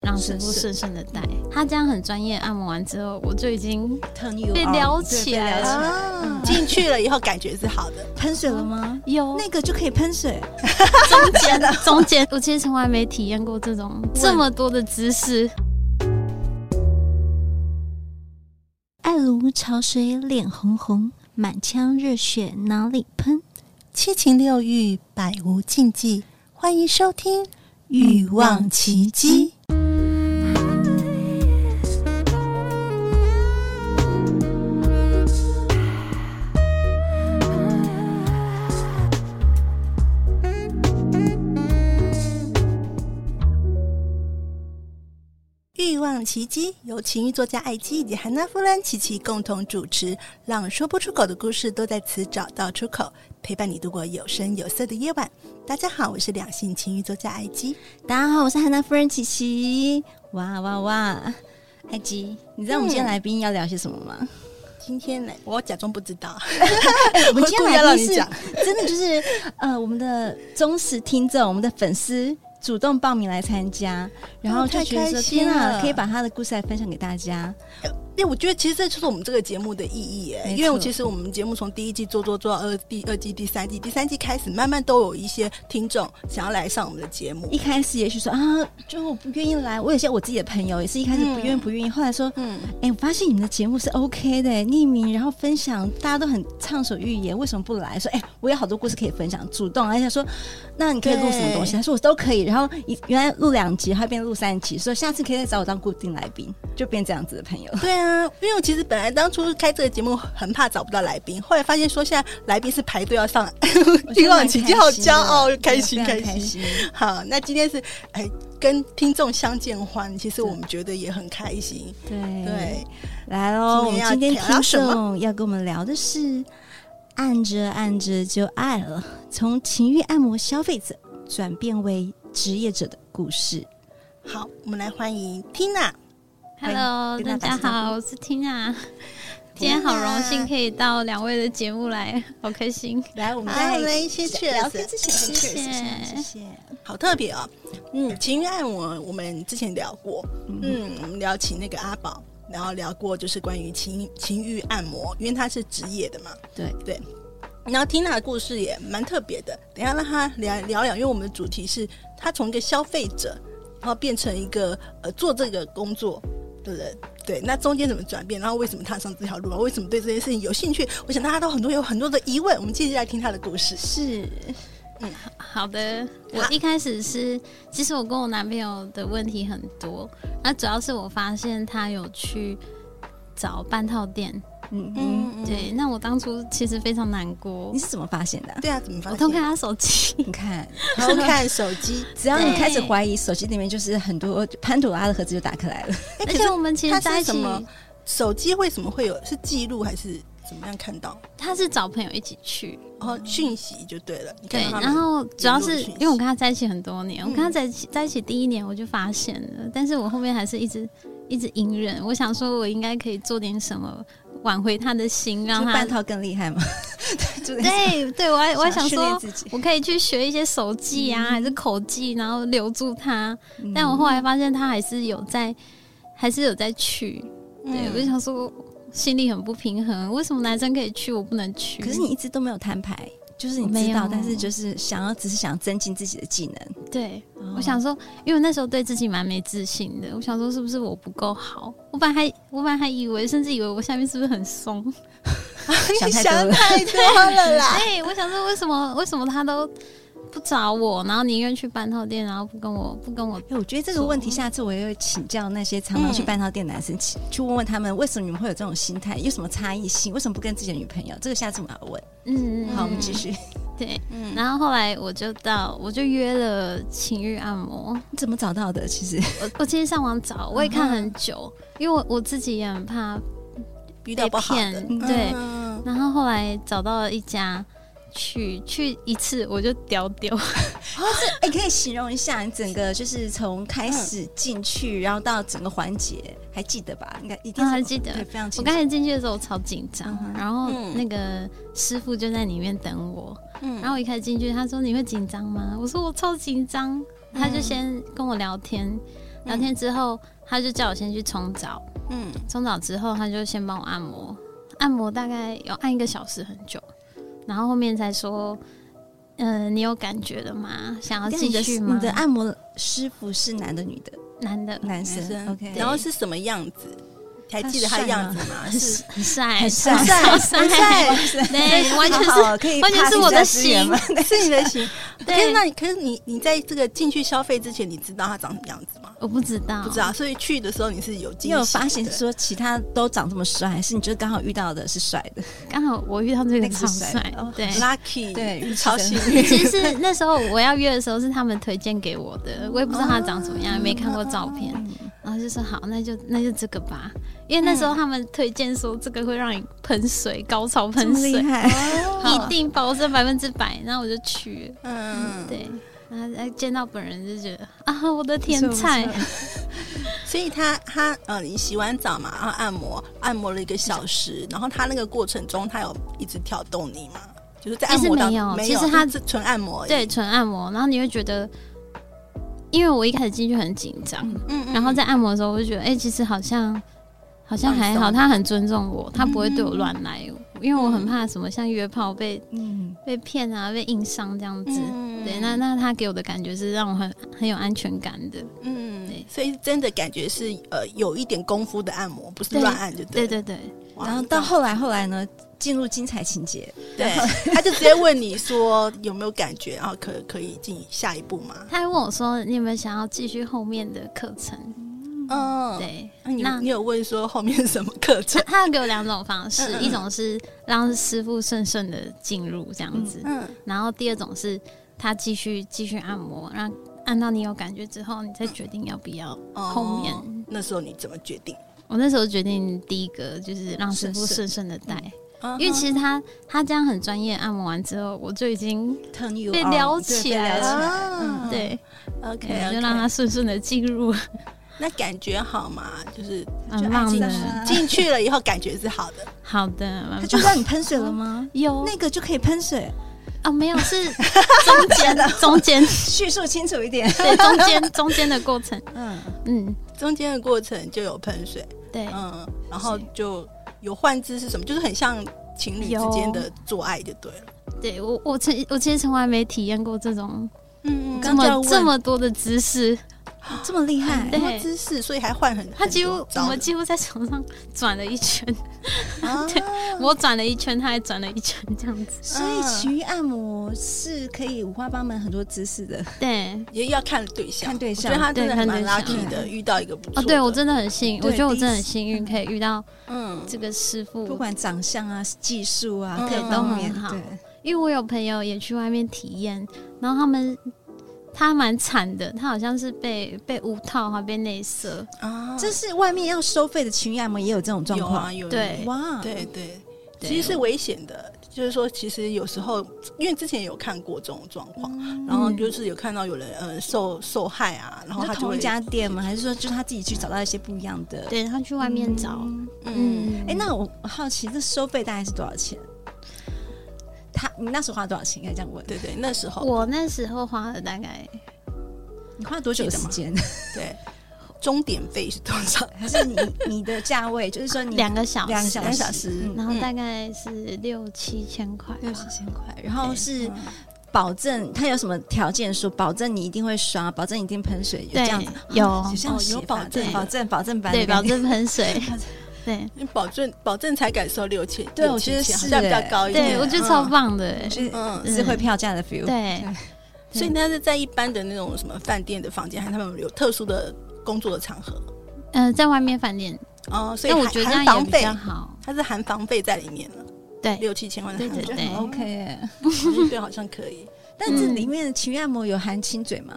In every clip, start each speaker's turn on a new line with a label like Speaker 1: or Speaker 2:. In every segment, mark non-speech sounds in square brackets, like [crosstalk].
Speaker 1: 让师傅顺顺的带。他这样很专业，按摩完之后我就已经
Speaker 2: turn you
Speaker 1: 被
Speaker 2: on
Speaker 1: 撩
Speaker 2: 哦对
Speaker 1: 起
Speaker 2: 被
Speaker 1: 来
Speaker 2: 撩
Speaker 1: 了。
Speaker 2: 起
Speaker 3: 啊，
Speaker 2: 进去了以后感觉是好的，
Speaker 3: 喷水
Speaker 4: 啊
Speaker 3: 了吗？
Speaker 1: 有
Speaker 3: 那个就可以喷水，
Speaker 1: 中间
Speaker 4: [laughs]
Speaker 1: 中间，我其实从来没体验过这种这么多的姿势。
Speaker 4: 爱如潮水，脸红红，满腔热血哪里喷？
Speaker 2: 七情六欲，百无禁忌。欢迎收听《
Speaker 4: 欲望奇迹》。
Speaker 2: 欲望奇迹由情欲作家艾姬以及韩娜夫人琪琪共同主持，让说不出口的故事都在此找到出口，陪伴你度过有声有色的夜晚。大家好，我是两性情欲作家艾姬。
Speaker 4: 大家好，我是汉娜夫人琪琪。哇哇哇！艾吉，你知道我们今天来宾要聊些什么吗？
Speaker 2: 今天呢，我假装不知 [laughs] 道，
Speaker 4: 我们今天
Speaker 2: 故意要让
Speaker 4: 来宾
Speaker 2: 你
Speaker 4: 是
Speaker 2: 讲
Speaker 4: 真的就是呃，我们的忠实听众，我们的粉丝主动报名来参加，然后
Speaker 2: 哦
Speaker 4: 就
Speaker 2: 太
Speaker 4: 觉得说
Speaker 2: 开心
Speaker 4: 天啊，
Speaker 2: 了
Speaker 4: 可以把他的故事来分享给大家。
Speaker 2: 因为我觉得其实这就是我们这个节目的意义哎，
Speaker 4: 没
Speaker 2: 因为我
Speaker 4: 错
Speaker 2: 其实我们节目从第一季做做做到二第二季、第三季，第三季开始慢慢都有一些听众想要来上我们的节目
Speaker 4: 一，开始也许说啊，就我不愿意来，我有些我自己的朋友也是一开始不愿意不愿意，后来说。
Speaker 2: 嗯，
Speaker 4: 哎、我发现你们的节目是 OK 的，匿名然后分享，大家都很畅所欲言，为什么不来？说哎、我有好多故事可以分享，主动而且说，那你可以录什么东西？
Speaker 2: 对
Speaker 4: 他说我都可以，然后一原来录两集，后来变录三集，所以下次可以再找我当固定来宾，就变这样子的朋
Speaker 2: [laughs]
Speaker 4: 友。
Speaker 2: 对啊，因为我其实本来当初开这个节目很怕找不到来宾，后来发现说现在来宾是排队要上来， [laughs] 欲望奇迹好骄傲，开心
Speaker 4: 啊开
Speaker 2: 开心。
Speaker 4: 心。
Speaker 2: 好，那今天是哎跟听众相见欢，其实我们觉得也很开心。
Speaker 4: 对
Speaker 2: 对，
Speaker 4: 来喽！我
Speaker 2: 今
Speaker 4: 们
Speaker 2: 天要
Speaker 4: 今天
Speaker 2: 聊
Speaker 4: 听
Speaker 2: 什么
Speaker 4: 众要跟我们聊的是，按着按着就爱了，从情欲按摩消费者转变为职业者的故事。
Speaker 2: 好，我们来欢迎 Tina。
Speaker 4: 欢迎
Speaker 1: Hello，
Speaker 4: 跟
Speaker 1: 大
Speaker 4: 大家
Speaker 1: 家
Speaker 4: 打声招
Speaker 1: 好，我是 Tina。今天好荣幸可以到两位的节目来，好开心。
Speaker 4: 来，我们
Speaker 2: 好，我
Speaker 4: 在
Speaker 2: 们先去
Speaker 4: 聊天之前
Speaker 1: 谢谢
Speaker 4: 先 cheers 一下谢谢。
Speaker 2: 好特别哦。嗯，情欲按摩我们之前聊过，嗯，我们聊请那个阿宝，然后聊过就是关于情情欲按摩，因为他是职业的嘛。
Speaker 4: 对
Speaker 2: 对。然后 Tina 的故事也蛮特别的，等一下让他聊聊聊，因为我们的主题是他从一个消费者，然后变成一个呃做这个工作的人。对，那中间怎么转变？然后为什么踏上这条路啊？为什么对这件事情有兴趣？我想大家都很多有很多的疑问，我们继续来听他的故事。
Speaker 4: 是
Speaker 1: 嗯好的，我一开始是，其实我跟我男朋友的问题很多，那主要是我发现他有去找半套店，
Speaker 4: 嗯嗯，
Speaker 2: 嗯，
Speaker 1: 对，那我当初其实非常难过
Speaker 4: 你，是怎么发现的啊？
Speaker 2: 对啊，怎么发
Speaker 1: 我
Speaker 2: 现？
Speaker 1: 偷看他手机，
Speaker 4: 你看，
Speaker 2: 偷看手机，
Speaker 4: 只要你开始
Speaker 1: 对
Speaker 4: 怀疑手机里面就是很多潘朵拉的盒子就打开来了。
Speaker 2: 哎
Speaker 1: 而
Speaker 2: 可
Speaker 1: 且
Speaker 2: 是
Speaker 1: 我们其
Speaker 2: 他
Speaker 1: 实
Speaker 2: 是
Speaker 1: 在一
Speaker 2: 什
Speaker 1: 起，
Speaker 2: 么手机为什么会有是记录还是怎么样看到？
Speaker 1: 他是找朋友一起去，
Speaker 2: 哦，讯息就对了，你看
Speaker 1: 对，
Speaker 2: 到他们
Speaker 1: 然后主要
Speaker 2: 联络
Speaker 1: 是
Speaker 2: 讯息
Speaker 1: 因为我跟他在一起很多年，
Speaker 2: 嗯
Speaker 1: 我跟他在一起在一起第一年我就发现了，但是我后面还是一直一直隐忍，我想说我应该可以做点什么挽回他的心，让
Speaker 4: [laughs] 就
Speaker 1: 他
Speaker 4: 半套更厉害吗？就
Speaker 1: [laughs]
Speaker 4: 在
Speaker 1: 对对，我还我还想
Speaker 4: 训练
Speaker 1: 说。
Speaker 4: 自己，嗯
Speaker 1: 我可以去学一些手技啊，还是口技，然后留住他。但我后来发现他还是有在，还是有在去。
Speaker 2: 嗯
Speaker 1: 对，
Speaker 4: 嗯
Speaker 1: 我就想说，心里很不平衡，为什么男生可以去，我不能去？
Speaker 4: 可是你一直都没有摊牌，就是你
Speaker 1: 没
Speaker 4: 知道，
Speaker 1: 有
Speaker 4: 但是就是想要，只是想增进自己的技能。
Speaker 1: 对，
Speaker 4: 哦
Speaker 1: 我想说，因为我那时候对自己蛮没自信的，我想说是不是我不够好？我本来还我本来还以为，甚至以为我下面是不是很
Speaker 4: [laughs]
Speaker 1: 松？
Speaker 2: [laughs]
Speaker 4: 想
Speaker 2: 你
Speaker 4: 太多
Speaker 2: 想
Speaker 4: 了
Speaker 2: 太多了 [laughs] 啦。
Speaker 1: 对，我想说为什么为什么他都不找我，然后宁愿去半套店，然后不跟我不跟我
Speaker 4: 哎、我觉得这个问题，下次我也会请教那些常常去半套店的男生，请去问问他们为什么你们会有这种心态，有什么差异性，为什么不跟自己的女朋友？这个下次我们要问。
Speaker 1: 嗯，嗯
Speaker 4: 好，我们
Speaker 1: 嗯
Speaker 4: 继续。 [laughs]
Speaker 1: 对。
Speaker 2: 嗯，
Speaker 1: 然后后来我就到，我就约了情欲按摩。
Speaker 4: 你怎么找到的？其实
Speaker 1: 我我其实上网找，我也看很久，因为我我自己也很怕
Speaker 2: 遇到不好的，
Speaker 1: 被骗对
Speaker 2: 嗯
Speaker 1: 然后后来找到了一家去去一次，我就屌
Speaker 2: [laughs]
Speaker 1: 屌。
Speaker 4: 哎、可以形容一下你整个就是从开始进去，然后到整个环节，还记得吧？应该一定
Speaker 1: 啊
Speaker 4: 是
Speaker 1: 还记得
Speaker 4: 对，非常清
Speaker 1: 我
Speaker 4: 楚
Speaker 1: 刚。才进去的时候我超紧张，
Speaker 4: 嗯哼
Speaker 1: 然后
Speaker 2: 嗯
Speaker 1: 那个师傅就在里面等我，
Speaker 2: 嗯
Speaker 1: 然后我一开始
Speaker 2: 嗯
Speaker 1: 进去，他说你会紧张吗？我说我超紧张，他就先跟我聊天，聊天之后，他就叫我先去冲澡，
Speaker 2: 嗯，
Speaker 1: 冲澡之后他就先帮我按摩，按摩大概有按一个小时很久，然后后面才说，嗯、你有感觉了吗？啊想要
Speaker 4: 但你
Speaker 1: 继
Speaker 4: 的
Speaker 1: 续吗？
Speaker 4: 你的按摩师傅是男的女的？
Speaker 1: 男的
Speaker 4: 男
Speaker 2: 男
Speaker 4: 生
Speaker 2: 生
Speaker 4: OK，
Speaker 2: 然后是什么样子？还记得他
Speaker 4: 他
Speaker 2: 的
Speaker 4: 帅
Speaker 2: 样
Speaker 4: 吗
Speaker 2: 子吗？ [laughs] 是
Speaker 1: 很帅，
Speaker 4: 很
Speaker 1: 超
Speaker 4: 帅
Speaker 1: 超
Speaker 2: 很帅，
Speaker 1: 对，完全
Speaker 4: 好
Speaker 1: 是。
Speaker 4: 好可以
Speaker 1: 完全是
Speaker 4: pass
Speaker 1: 我的
Speaker 4: 一下资源
Speaker 1: 型
Speaker 4: 吗
Speaker 1: [laughs]
Speaker 2: 是你的型。可是
Speaker 1: 对
Speaker 2: 那你可是你你在这个进去消费之前，你知道他长什么样子吗？
Speaker 1: 我不知道，
Speaker 2: 不知道，所以去的时哦候你是有
Speaker 4: 你
Speaker 2: 惊喜的。
Speaker 4: 有发现说其他都长这么帅，还是你就刚好遇到的是帅的？
Speaker 1: 刚好我遇到这个
Speaker 4: 那个
Speaker 1: 超
Speaker 4: 是谁
Speaker 1: 帅
Speaker 4: 哦，
Speaker 1: 对，
Speaker 2: lucky，
Speaker 4: 对运气
Speaker 2: 超
Speaker 4: 真
Speaker 2: 幸 [laughs]
Speaker 4: 好
Speaker 1: [laughs]
Speaker 2: 运。
Speaker 1: 其实是那时候我要约的时候是他们推荐给我的，我也不知道他长什么样，也没看过照片，
Speaker 4: 嗯
Speaker 1: 然后就说好，那就那就这个吧，因为那时候他们推荐说这个会让你喷水，高潮
Speaker 4: 这
Speaker 1: 喷
Speaker 4: 么厉
Speaker 1: 水，
Speaker 4: 害，
Speaker 2: 哦
Speaker 1: 一定保证百分之百，然后我就去了，
Speaker 2: 嗯，
Speaker 1: 对。然后哎见到本人就觉得啊，我的
Speaker 4: 不
Speaker 1: 天
Speaker 4: 错
Speaker 1: 菜
Speaker 4: 不，
Speaker 2: 所以他他呃，你洗完澡嘛，然后按摩，按摩了一个小时，然后他那个过程中，他有一直挑动你嘛，就是在按摩
Speaker 1: 其实
Speaker 2: 当
Speaker 1: 没有
Speaker 2: 没
Speaker 1: 其
Speaker 2: 有，
Speaker 1: 实他
Speaker 2: 就是纯按摩而已，
Speaker 1: 对，纯按摩，然后你会觉得，因为我一开始进去很紧张，
Speaker 2: 嗯，嗯
Speaker 1: 然后在按摩的时候，我就觉得，哎、其实好像好像还
Speaker 2: 放
Speaker 1: 好，
Speaker 2: 松
Speaker 1: 他很尊重我，他不会对我
Speaker 2: 嗯
Speaker 1: 乱来，因为我很怕什么像约炮被
Speaker 4: 嗯，
Speaker 1: 被骗啊，被硬伤这样子。
Speaker 2: 嗯
Speaker 1: 对，那那他给我的感觉是让我很很有安全感的。
Speaker 2: 嗯
Speaker 1: 对，
Speaker 2: 所以真的感觉是呃有一点功夫的按摩，不是
Speaker 1: 对
Speaker 2: 乱按就
Speaker 1: 对对
Speaker 2: 对
Speaker 1: 对，
Speaker 2: 哇
Speaker 4: 然后到后来后来呢，进入精彩情节，
Speaker 1: 嗯
Speaker 2: 对，他就直接问你说有没有感觉，然后可可以进下一步吗？
Speaker 1: 他还问我说，你有没有想要继续后面的课程？
Speaker 2: 嗯，
Speaker 1: 对，
Speaker 2: 那你
Speaker 1: 那
Speaker 2: 你有问说后面是什么课
Speaker 1: 他
Speaker 2: 程？
Speaker 1: 他有给我两种方式，
Speaker 2: 嗯嗯嗯
Speaker 1: 一种是让师傅顺顺的进入这样子，
Speaker 2: 嗯，
Speaker 1: 然后第二种是他继续继续按摩，让按到你有感觉之后，你再决定要不要。
Speaker 2: 哦
Speaker 1: 后面
Speaker 2: 那时候你怎么决定？
Speaker 1: 我那时候决定第一个就是让师傅顺顺的带，
Speaker 4: 嗯
Speaker 1: 因为其实
Speaker 2: 实
Speaker 1: 他他这样很专业，按摩完之后我就已经
Speaker 4: turn you
Speaker 1: 被
Speaker 4: on，
Speaker 1: 撩
Speaker 4: 对
Speaker 1: 起
Speaker 4: 被
Speaker 1: 来
Speaker 4: 撩起来，
Speaker 2: 啊，
Speaker 1: 嗯对，
Speaker 2: ，OK，
Speaker 1: 对就让他顺顺的进入，
Speaker 2: 那感觉好嘛，就是
Speaker 1: 很棒
Speaker 4: 进
Speaker 1: 的
Speaker 4: 去，
Speaker 2: 进去了以后感觉是好
Speaker 1: [laughs]
Speaker 2: 的，
Speaker 1: 好的，
Speaker 4: 他
Speaker 1: 蛮
Speaker 4: 就让你喷水了
Speaker 1: [laughs]
Speaker 4: 吗？
Speaker 1: 有
Speaker 4: 那个就可以喷水，
Speaker 1: 哦没有是中
Speaker 4: [laughs]
Speaker 1: 间中间
Speaker 4: 叙述清楚一点。
Speaker 1: 对中间中间的过程，
Speaker 4: 嗯，
Speaker 1: 嗯
Speaker 2: 中间的过程就有喷水，
Speaker 1: 对，
Speaker 2: 嗯，然后就有换姿是什么，就是很像情侣之间的做爱就对了。
Speaker 1: 对我我从我其实从来没体验过这种
Speaker 2: 嗯
Speaker 1: 这
Speaker 4: 刚就要
Speaker 1: 么
Speaker 4: 问
Speaker 1: 这么多的姿势，
Speaker 4: 这么厉害，
Speaker 1: 对
Speaker 2: 多姿势，所以还换很
Speaker 1: 他几乎我们
Speaker 2: 几
Speaker 1: 几乎在床上转了一圈，
Speaker 2: 啊，
Speaker 4: 嗯
Speaker 1: 我转了一圈，他也转了一圈这样子，
Speaker 4: 所以情欲按摩是可以五花八门、很多姿势的。
Speaker 2: 嗯
Speaker 1: 对。
Speaker 2: 也要看对象，
Speaker 4: 看对象
Speaker 2: 我觉得他真的还蛮
Speaker 1: 对看对
Speaker 2: lucky
Speaker 1: 象
Speaker 2: 的，遇到一个不错
Speaker 1: 哦，
Speaker 2: 的。
Speaker 1: 对我真的很幸运，
Speaker 4: 对
Speaker 1: 我觉得我
Speaker 4: 第一
Speaker 1: 真的很
Speaker 4: 次
Speaker 1: 幸运，可以遇到
Speaker 2: 嗯
Speaker 1: 这个师
Speaker 4: 不
Speaker 1: 傅，
Speaker 4: 管长相啊、技术啊，
Speaker 2: 嗯
Speaker 4: 各方面
Speaker 1: 都很好
Speaker 4: 对，
Speaker 1: 因为我有朋友也去外面体验，然后他们他蛮惨的，他好像是被被污套还被内射，
Speaker 2: 啊，
Speaker 4: 这是外面要收费的情欲按摩也有这种状
Speaker 2: 有啊
Speaker 4: 况。
Speaker 2: 有
Speaker 1: 对
Speaker 4: 哇，
Speaker 2: 对对，
Speaker 1: 对
Speaker 2: 其实是危险的。就是说，其实有时候，因为之前有看过这种状况，
Speaker 1: 嗯
Speaker 2: 然后就是有看到有人呃受受害啊，然后
Speaker 4: 你
Speaker 2: 他
Speaker 4: 说
Speaker 2: 就
Speaker 4: 同
Speaker 2: 会
Speaker 4: 一家店吗？还是说就是他自己去找到一些不一样的？
Speaker 1: 对他去外面找，
Speaker 2: 嗯，
Speaker 1: 嗯，
Speaker 4: 哎、那我好奇，这收费大概是多少钱？他你那时候花多少钱？应该这样问。
Speaker 2: 对对，那时候
Speaker 1: 嗯我那时候花了大概
Speaker 4: 你花多久的
Speaker 2: 记得
Speaker 4: 时
Speaker 2: 吗
Speaker 4: 间？
Speaker 2: 对，终点费是多
Speaker 1: [laughs]
Speaker 2: 少？
Speaker 4: 还是你你的价位？就是说你
Speaker 1: 两个小时，
Speaker 4: 嗯两个小
Speaker 2: 两小时，
Speaker 4: 嗯
Speaker 1: 然后大概是六七千块吧，
Speaker 4: 六七千块，然后是
Speaker 2: 嗯
Speaker 4: 保证他有什么条件说保证你一定会刷，保证你一定喷水，有这
Speaker 1: 对
Speaker 4: 样子。，
Speaker 1: 有
Speaker 4: [laughs] 有这
Speaker 2: 哦
Speaker 4: 样
Speaker 2: 有
Speaker 4: 写法
Speaker 2: 保证
Speaker 4: 对
Speaker 2: 的
Speaker 4: 保证保证版
Speaker 1: 对
Speaker 4: 的
Speaker 1: 保
Speaker 4: 感觉，
Speaker 1: 证喷水，对
Speaker 2: 因为嗯保证保证才敢收六千，
Speaker 4: 对
Speaker 2: 六
Speaker 4: 我觉得
Speaker 2: 七千
Speaker 4: 是
Speaker 2: 好像比较
Speaker 4: 欸
Speaker 2: 高一点，
Speaker 1: 对，我觉得
Speaker 2: 嗯
Speaker 1: 超。棒的欸，
Speaker 4: 就是
Speaker 2: 嗯，
Speaker 4: 是会票价的 feel。
Speaker 1: 对。
Speaker 2: 所以他是在一般的那种什么饭店的房间，还是他们有特殊的工作的场合
Speaker 1: 嗯，在外面饭店，
Speaker 2: 哦，所以
Speaker 1: 但我
Speaker 2: 含
Speaker 1: 觉得这
Speaker 2: 含
Speaker 1: 样也
Speaker 2: 房
Speaker 1: 比
Speaker 2: 费
Speaker 1: 较，好。
Speaker 2: 它是含房费在里面了，
Speaker 1: 对，
Speaker 2: 六七千块的
Speaker 1: 对
Speaker 2: 含
Speaker 1: 对
Speaker 2: 房
Speaker 1: 对
Speaker 2: 费，
Speaker 1: 嗯
Speaker 2: [laughs]
Speaker 4: OK，耶
Speaker 2: 对，好像可以。
Speaker 4: 但这里面的情欲按摩有含亲嘴吗？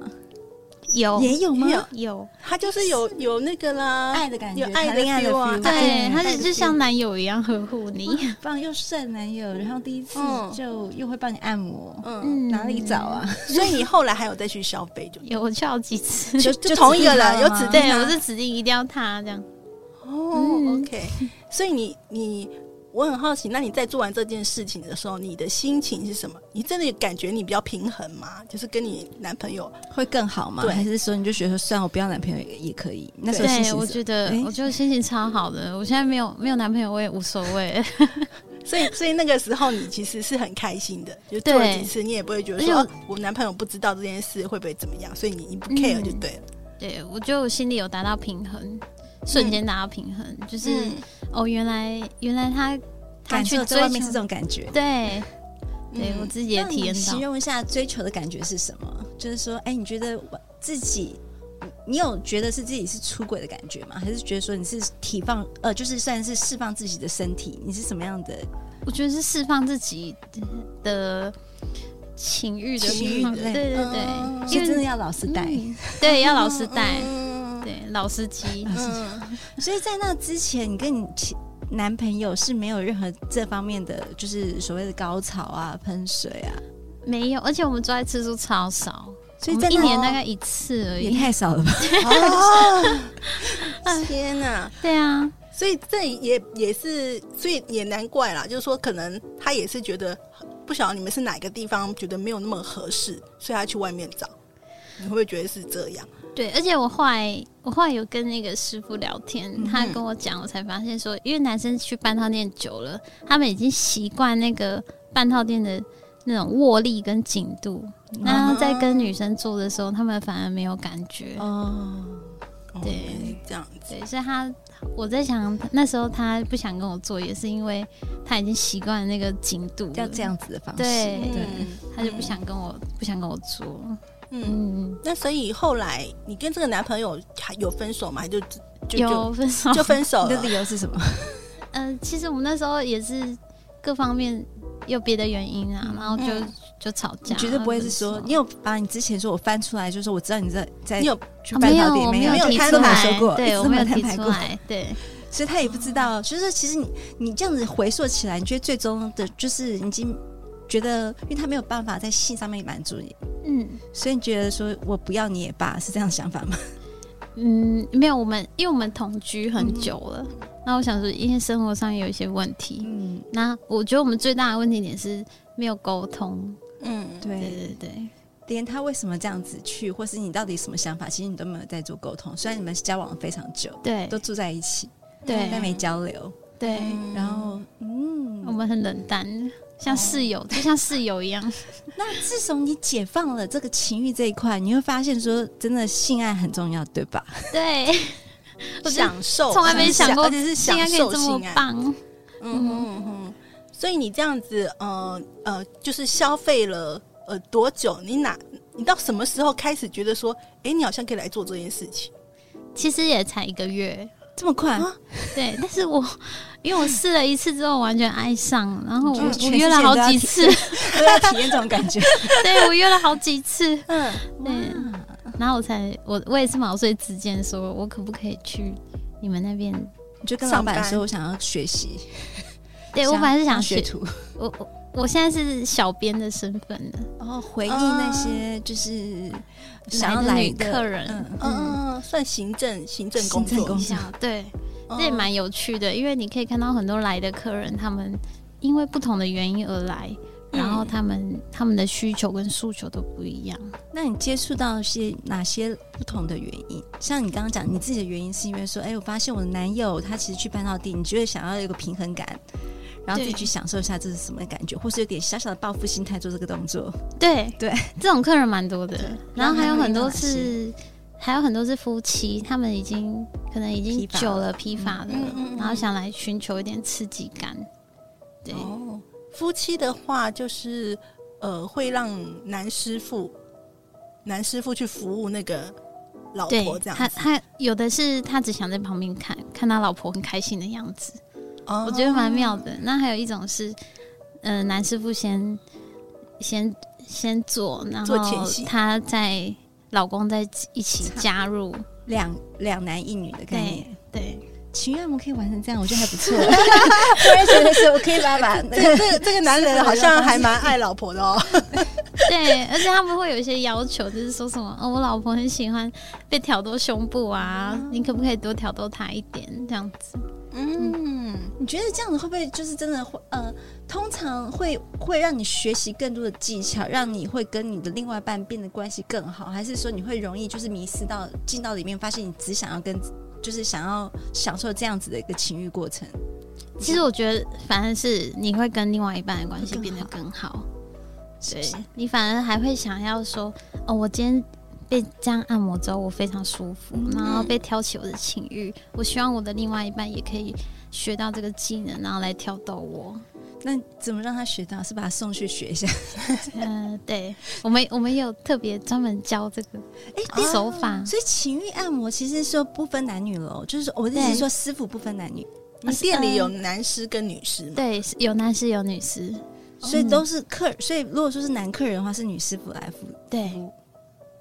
Speaker 1: 有
Speaker 4: 也哦有吗？
Speaker 2: 有
Speaker 1: 有，
Speaker 2: 他就是有有那个啦，
Speaker 1: 哎
Speaker 4: 爱的感觉
Speaker 2: 有爱
Speaker 4: 谈恋爱的
Speaker 2: feel 啊
Speaker 4: feel
Speaker 1: 对，
Speaker 4: 嗯
Speaker 1: 他
Speaker 4: 带
Speaker 1: 是
Speaker 4: 着
Speaker 1: 就像男友一样呵护你。
Speaker 4: 棒又帅男友，然后第一次
Speaker 2: 嗯
Speaker 4: 就又会帮你按摩，
Speaker 2: 嗯，
Speaker 1: 嗯，
Speaker 4: 哪里找？啊？
Speaker 2: 所以你后来还有再去消费就
Speaker 1: 有，我去好几次。
Speaker 4: 就
Speaker 2: 就同一个人有指
Speaker 4: 指
Speaker 1: [laughs]
Speaker 2: 定
Speaker 1: 对，
Speaker 2: 他
Speaker 1: 我是指定一定要他这样。
Speaker 2: 哦、
Speaker 1: 嗯
Speaker 2: o k 所以你你我很好奇，那你在做完这件事情的时候，你的心情是什么？你真的感觉你比较平衡吗？就是跟你男朋友，
Speaker 4: 会更好吗？
Speaker 2: 对
Speaker 4: 还是说你就觉得说，算了，我不要男朋友也也可以？那时候心情
Speaker 1: 对，
Speaker 4: 是
Speaker 1: 我
Speaker 4: 什么
Speaker 1: 觉得、
Speaker 4: 诶
Speaker 1: 我觉得心情超好的。我现在没有没有男朋友，我也无所谓。 [laughs]
Speaker 2: 所以所以那个时候你其实是很开心的，就做了
Speaker 1: 对
Speaker 2: 几次，你也不会觉得
Speaker 1: 而且
Speaker 2: 说
Speaker 1: 我
Speaker 2: 哦我男朋友不知道这件事会不会怎么样，所以你你不 care
Speaker 1: 嗯
Speaker 2: 就对了。
Speaker 1: 对我觉得我心里有达到平衡，瞬间达到平衡，就是、哦，原来原来他他
Speaker 4: 嗯感
Speaker 1: 去
Speaker 4: 受在
Speaker 1: 追
Speaker 4: 外面是
Speaker 1: 求
Speaker 4: 这，种感觉。
Speaker 1: 对
Speaker 2: 嗯
Speaker 1: 对、我自己也
Speaker 4: 那
Speaker 1: 体
Speaker 4: 你
Speaker 1: 验到
Speaker 4: 形。容一下追求的感觉是什么？就是说，哎、你觉得我自己，你你有觉得是自己是出轨的感觉吗？还是觉得说你是体放，呃，就是算是释放自己的身体？你是什么样的？
Speaker 1: 我觉得是释放自己的情欲的
Speaker 2: 情欲
Speaker 1: 部分
Speaker 4: 对
Speaker 1: 对对对，
Speaker 2: 嗯
Speaker 1: 因
Speaker 4: 所以
Speaker 1: 为
Speaker 4: 真的要老实带。
Speaker 1: 嗯对要老师带， [laughs]
Speaker 2: 嗯
Speaker 1: 对老司机。
Speaker 2: 嗯，
Speaker 4: [laughs] 所以在那之前，你跟你前男朋友是没有任何这方面的，就是所谓的高潮啊、喷水啊，
Speaker 1: 没有，而且我们做爱次数超少，
Speaker 4: 所以
Speaker 1: 我
Speaker 4: 在
Speaker 1: 们一
Speaker 4: 那
Speaker 1: 年大概一次而
Speaker 4: 也
Speaker 1: 已。
Speaker 4: 太少了吧？
Speaker 1: [laughs]
Speaker 2: 哦，天哪、
Speaker 1: 对啊，
Speaker 2: 所以这也也是，所以也难怪啦，就是说可能他也是觉得不晓得你们是哪个地方觉得没有那么合适，所以他去外面找。你会不会觉得是这样？
Speaker 1: 对，而且我后来我后来有跟那个师傅聊天，
Speaker 4: 嗯哼
Speaker 1: 他跟我讲，我才发现说，因为男生去半套店久了，他们已经习惯那个半套店的那种握力跟紧度，
Speaker 4: 嗯
Speaker 1: 那在跟女生做的时候，他们反而没有感觉。
Speaker 4: [laughs] 哦，
Speaker 1: 对
Speaker 2: 哦原来是这样子。
Speaker 1: 对，所以他我在想，那时候他不想跟我做，也是因为他已经习惯那个紧度了，
Speaker 4: 要这样子的方式，
Speaker 1: 对
Speaker 4: 对。
Speaker 1: 他
Speaker 4: 嗯
Speaker 1: 就不想跟我不想跟我做。
Speaker 2: 嗯，
Speaker 1: 嗯，
Speaker 2: 那所以后来你跟这个男朋友还有分手吗？还就就就
Speaker 1: 有分手 [laughs]
Speaker 2: 就分手
Speaker 4: 你的理
Speaker 2: 了？
Speaker 4: 由是什么？
Speaker 1: 嗯，其实我们那时候也是各方面有别的原因啊，然后就、
Speaker 2: 嗯
Speaker 1: 就吵
Speaker 4: 你
Speaker 1: 架。
Speaker 4: 绝对不会是说，
Speaker 1: 分手
Speaker 4: 你有把你之前说我翻出来，就是我知道你在在
Speaker 2: 你有
Speaker 4: 去
Speaker 1: 哦
Speaker 4: 半
Speaker 1: 没
Speaker 4: 导
Speaker 1: 有，
Speaker 4: 体
Speaker 1: 我没
Speaker 4: 有
Speaker 2: 有
Speaker 1: 提
Speaker 4: 他
Speaker 1: 出
Speaker 4: 都没有
Speaker 1: 来
Speaker 4: 说过，一
Speaker 1: 对
Speaker 4: 直
Speaker 1: 我
Speaker 4: 都没有
Speaker 1: 有
Speaker 4: 摊
Speaker 1: 提
Speaker 4: 牌
Speaker 1: 出
Speaker 4: 过，
Speaker 1: 来，对
Speaker 4: 所以他也不知道。就是说其实你你这样子回溯起来，你觉得最终的就是已经觉得，因为他没有办法在性上面满足你，
Speaker 1: 嗯。
Speaker 4: 所以你觉得说我不要你也罢，是这样的想法吗？
Speaker 1: 嗯，没有，我们因为我们同居很久了，那我想说，因为生活上有一些问题，
Speaker 4: 嗯，
Speaker 1: 那我觉得我们最大的问题点是没有沟通，
Speaker 2: 嗯，
Speaker 1: 对
Speaker 4: 对，
Speaker 1: 对对，
Speaker 4: 连他为什么这样子去，或是你到底什么想法，其实你都没有在做沟通。虽然你们交往非常久，
Speaker 1: 对
Speaker 4: 都住在一起，
Speaker 1: 对啊
Speaker 4: 但没交流。
Speaker 1: 对，
Speaker 2: 嗯
Speaker 4: 然后，嗯，哦
Speaker 1: 我们很冷淡，像室友，就像室友一样，
Speaker 4: 那自从你解放了这个情欲这一块，你会发现说，真的性爱很重要，对吧？
Speaker 1: [laughs]
Speaker 4: [laughs]
Speaker 1: 对，我觉得
Speaker 2: 享受，
Speaker 1: 从来没想过
Speaker 2: 而且是
Speaker 1: 性
Speaker 2: 享
Speaker 1: 爱可以
Speaker 2: 受
Speaker 1: 这
Speaker 2: 性
Speaker 1: 么
Speaker 4: 啊
Speaker 2: 爱。
Speaker 1: 棒，
Speaker 2: 嗯哼嗯哼，所以你这样子，呃呃，就是消费了呃多久？你哪你到什么时候开始觉得说，哎、你好像可以来做这件事情？
Speaker 1: 其实也才一个月，
Speaker 4: 这么快，
Speaker 2: 啊
Speaker 1: 对，但是我因为我试了一次之后完全爱上，然后我
Speaker 4: 就是全
Speaker 1: 我
Speaker 4: 世界
Speaker 1: 约了好几次，
Speaker 4: [laughs] 都要体验这种感觉。
Speaker 1: 对我约了好几次，
Speaker 2: [laughs] 嗯，
Speaker 1: 对，然后我才我我也是毛遂自荐，说我可不可以去你们那边？
Speaker 4: 你就跟老
Speaker 2: 上
Speaker 4: 板
Speaker 2: 班
Speaker 4: 说，我想要学习。
Speaker 1: 对我本来是想
Speaker 4: 当
Speaker 1: 学
Speaker 4: 学，徒，
Speaker 1: 我我我现在是小编的身份的，
Speaker 4: 然后哦回应那些就是想要
Speaker 1: 啊来的
Speaker 4: 来
Speaker 1: 女客人
Speaker 4: 嗯
Speaker 2: 嗯，算行政行政
Speaker 4: 行
Speaker 2: 工
Speaker 4: 政
Speaker 2: 作，
Speaker 4: 工
Speaker 1: 一
Speaker 4: 作
Speaker 1: 下对，
Speaker 2: 嗯
Speaker 1: 这也蛮有趣的，因为你可以看到很多来的客人，他们因为不同的原因而来，
Speaker 2: 嗯
Speaker 1: 然后他们、他们的需求跟诉求都不一样。
Speaker 4: 那你接触到些哪些不同的原因？像你刚刚讲你自己的原因，是因为说，哎、我发现我的男友他其实去半到地，你觉得想要有一个平衡感，然后自己
Speaker 1: 对
Speaker 4: 去享受一下这是什么感觉，或是有点小小的报复心态做这个动作。
Speaker 1: 对
Speaker 4: 对，
Speaker 1: 这种客人蛮多的
Speaker 4: 对，
Speaker 1: 然后还有很
Speaker 4: 然
Speaker 1: 多
Speaker 4: 后还有
Speaker 1: 是还有很多是夫妻，他们已经可能已
Speaker 4: 疲
Speaker 1: 经
Speaker 4: 乏
Speaker 1: 久了疲乏了，
Speaker 2: 嗯嗯嗯
Speaker 1: 然后想来寻求一点刺激感。对，
Speaker 2: 哦，夫妻的话就是呃，会让男师傅男师傅去服务那个老
Speaker 1: 对
Speaker 2: 婆这样
Speaker 1: 他
Speaker 2: 子，
Speaker 1: 他有的是他只想在旁边看看他老婆很开心的样子，
Speaker 2: 哦
Speaker 1: 我觉得蛮妙的。那还有一种是，呃，男师傅先先先做，然
Speaker 2: 做前
Speaker 1: 后
Speaker 2: 戏
Speaker 1: 他在老公在一起
Speaker 4: 差
Speaker 1: 加入，
Speaker 4: 两两男一女的概念。
Speaker 1: 对
Speaker 4: 情愿我可以玩成这样，我觉得还不错。突然觉得是 [laughs] 我可以把把那个
Speaker 2: 这个这个男人好像还蛮爱老婆的哦。
Speaker 1: [laughs] 对，而且他们会有一些要求，就是说什么哦，我老婆很喜欢被挑逗胸部啊，你可不可以多挑逗她一点这样子？
Speaker 2: 嗯，
Speaker 4: 你觉得这样子会不会就是真的会呃，通常会会让你学习更多的技巧，让你会跟你的另外一半变得关系更好，还是说你会容易就是迷失到进到里面，发现你只想要跟就是想要享受这样子的一个情欲过程？
Speaker 1: 其实我觉得，反而是你会跟另外一半的关系
Speaker 4: 会
Speaker 1: 变
Speaker 4: 更
Speaker 1: 得
Speaker 4: 好
Speaker 1: 更好，
Speaker 4: 是
Speaker 1: 对
Speaker 4: 不是
Speaker 1: 你反而还会想要说，哦，我今天被这样按摩之后，我非常舒服，
Speaker 4: 嗯
Speaker 1: 然后被挑起我的情欲，我希望我的另外一半也可以学到这个技能，然后来挑逗我。
Speaker 4: 那怎么让他学到？是把他送去学一下？
Speaker 1: 嗯、对我们我们有特别专门教这个
Speaker 4: 哎、
Speaker 1: 手法，
Speaker 4: 所以情欲按摩其实说不分男女喽，就是说我的意思是说师傅不分男女，
Speaker 2: 你嗯店里有男师跟女师吗？
Speaker 1: 对，是有男士有女士，
Speaker 4: 所以都是客，所以如果说是男客人的话，是女师傅来服务。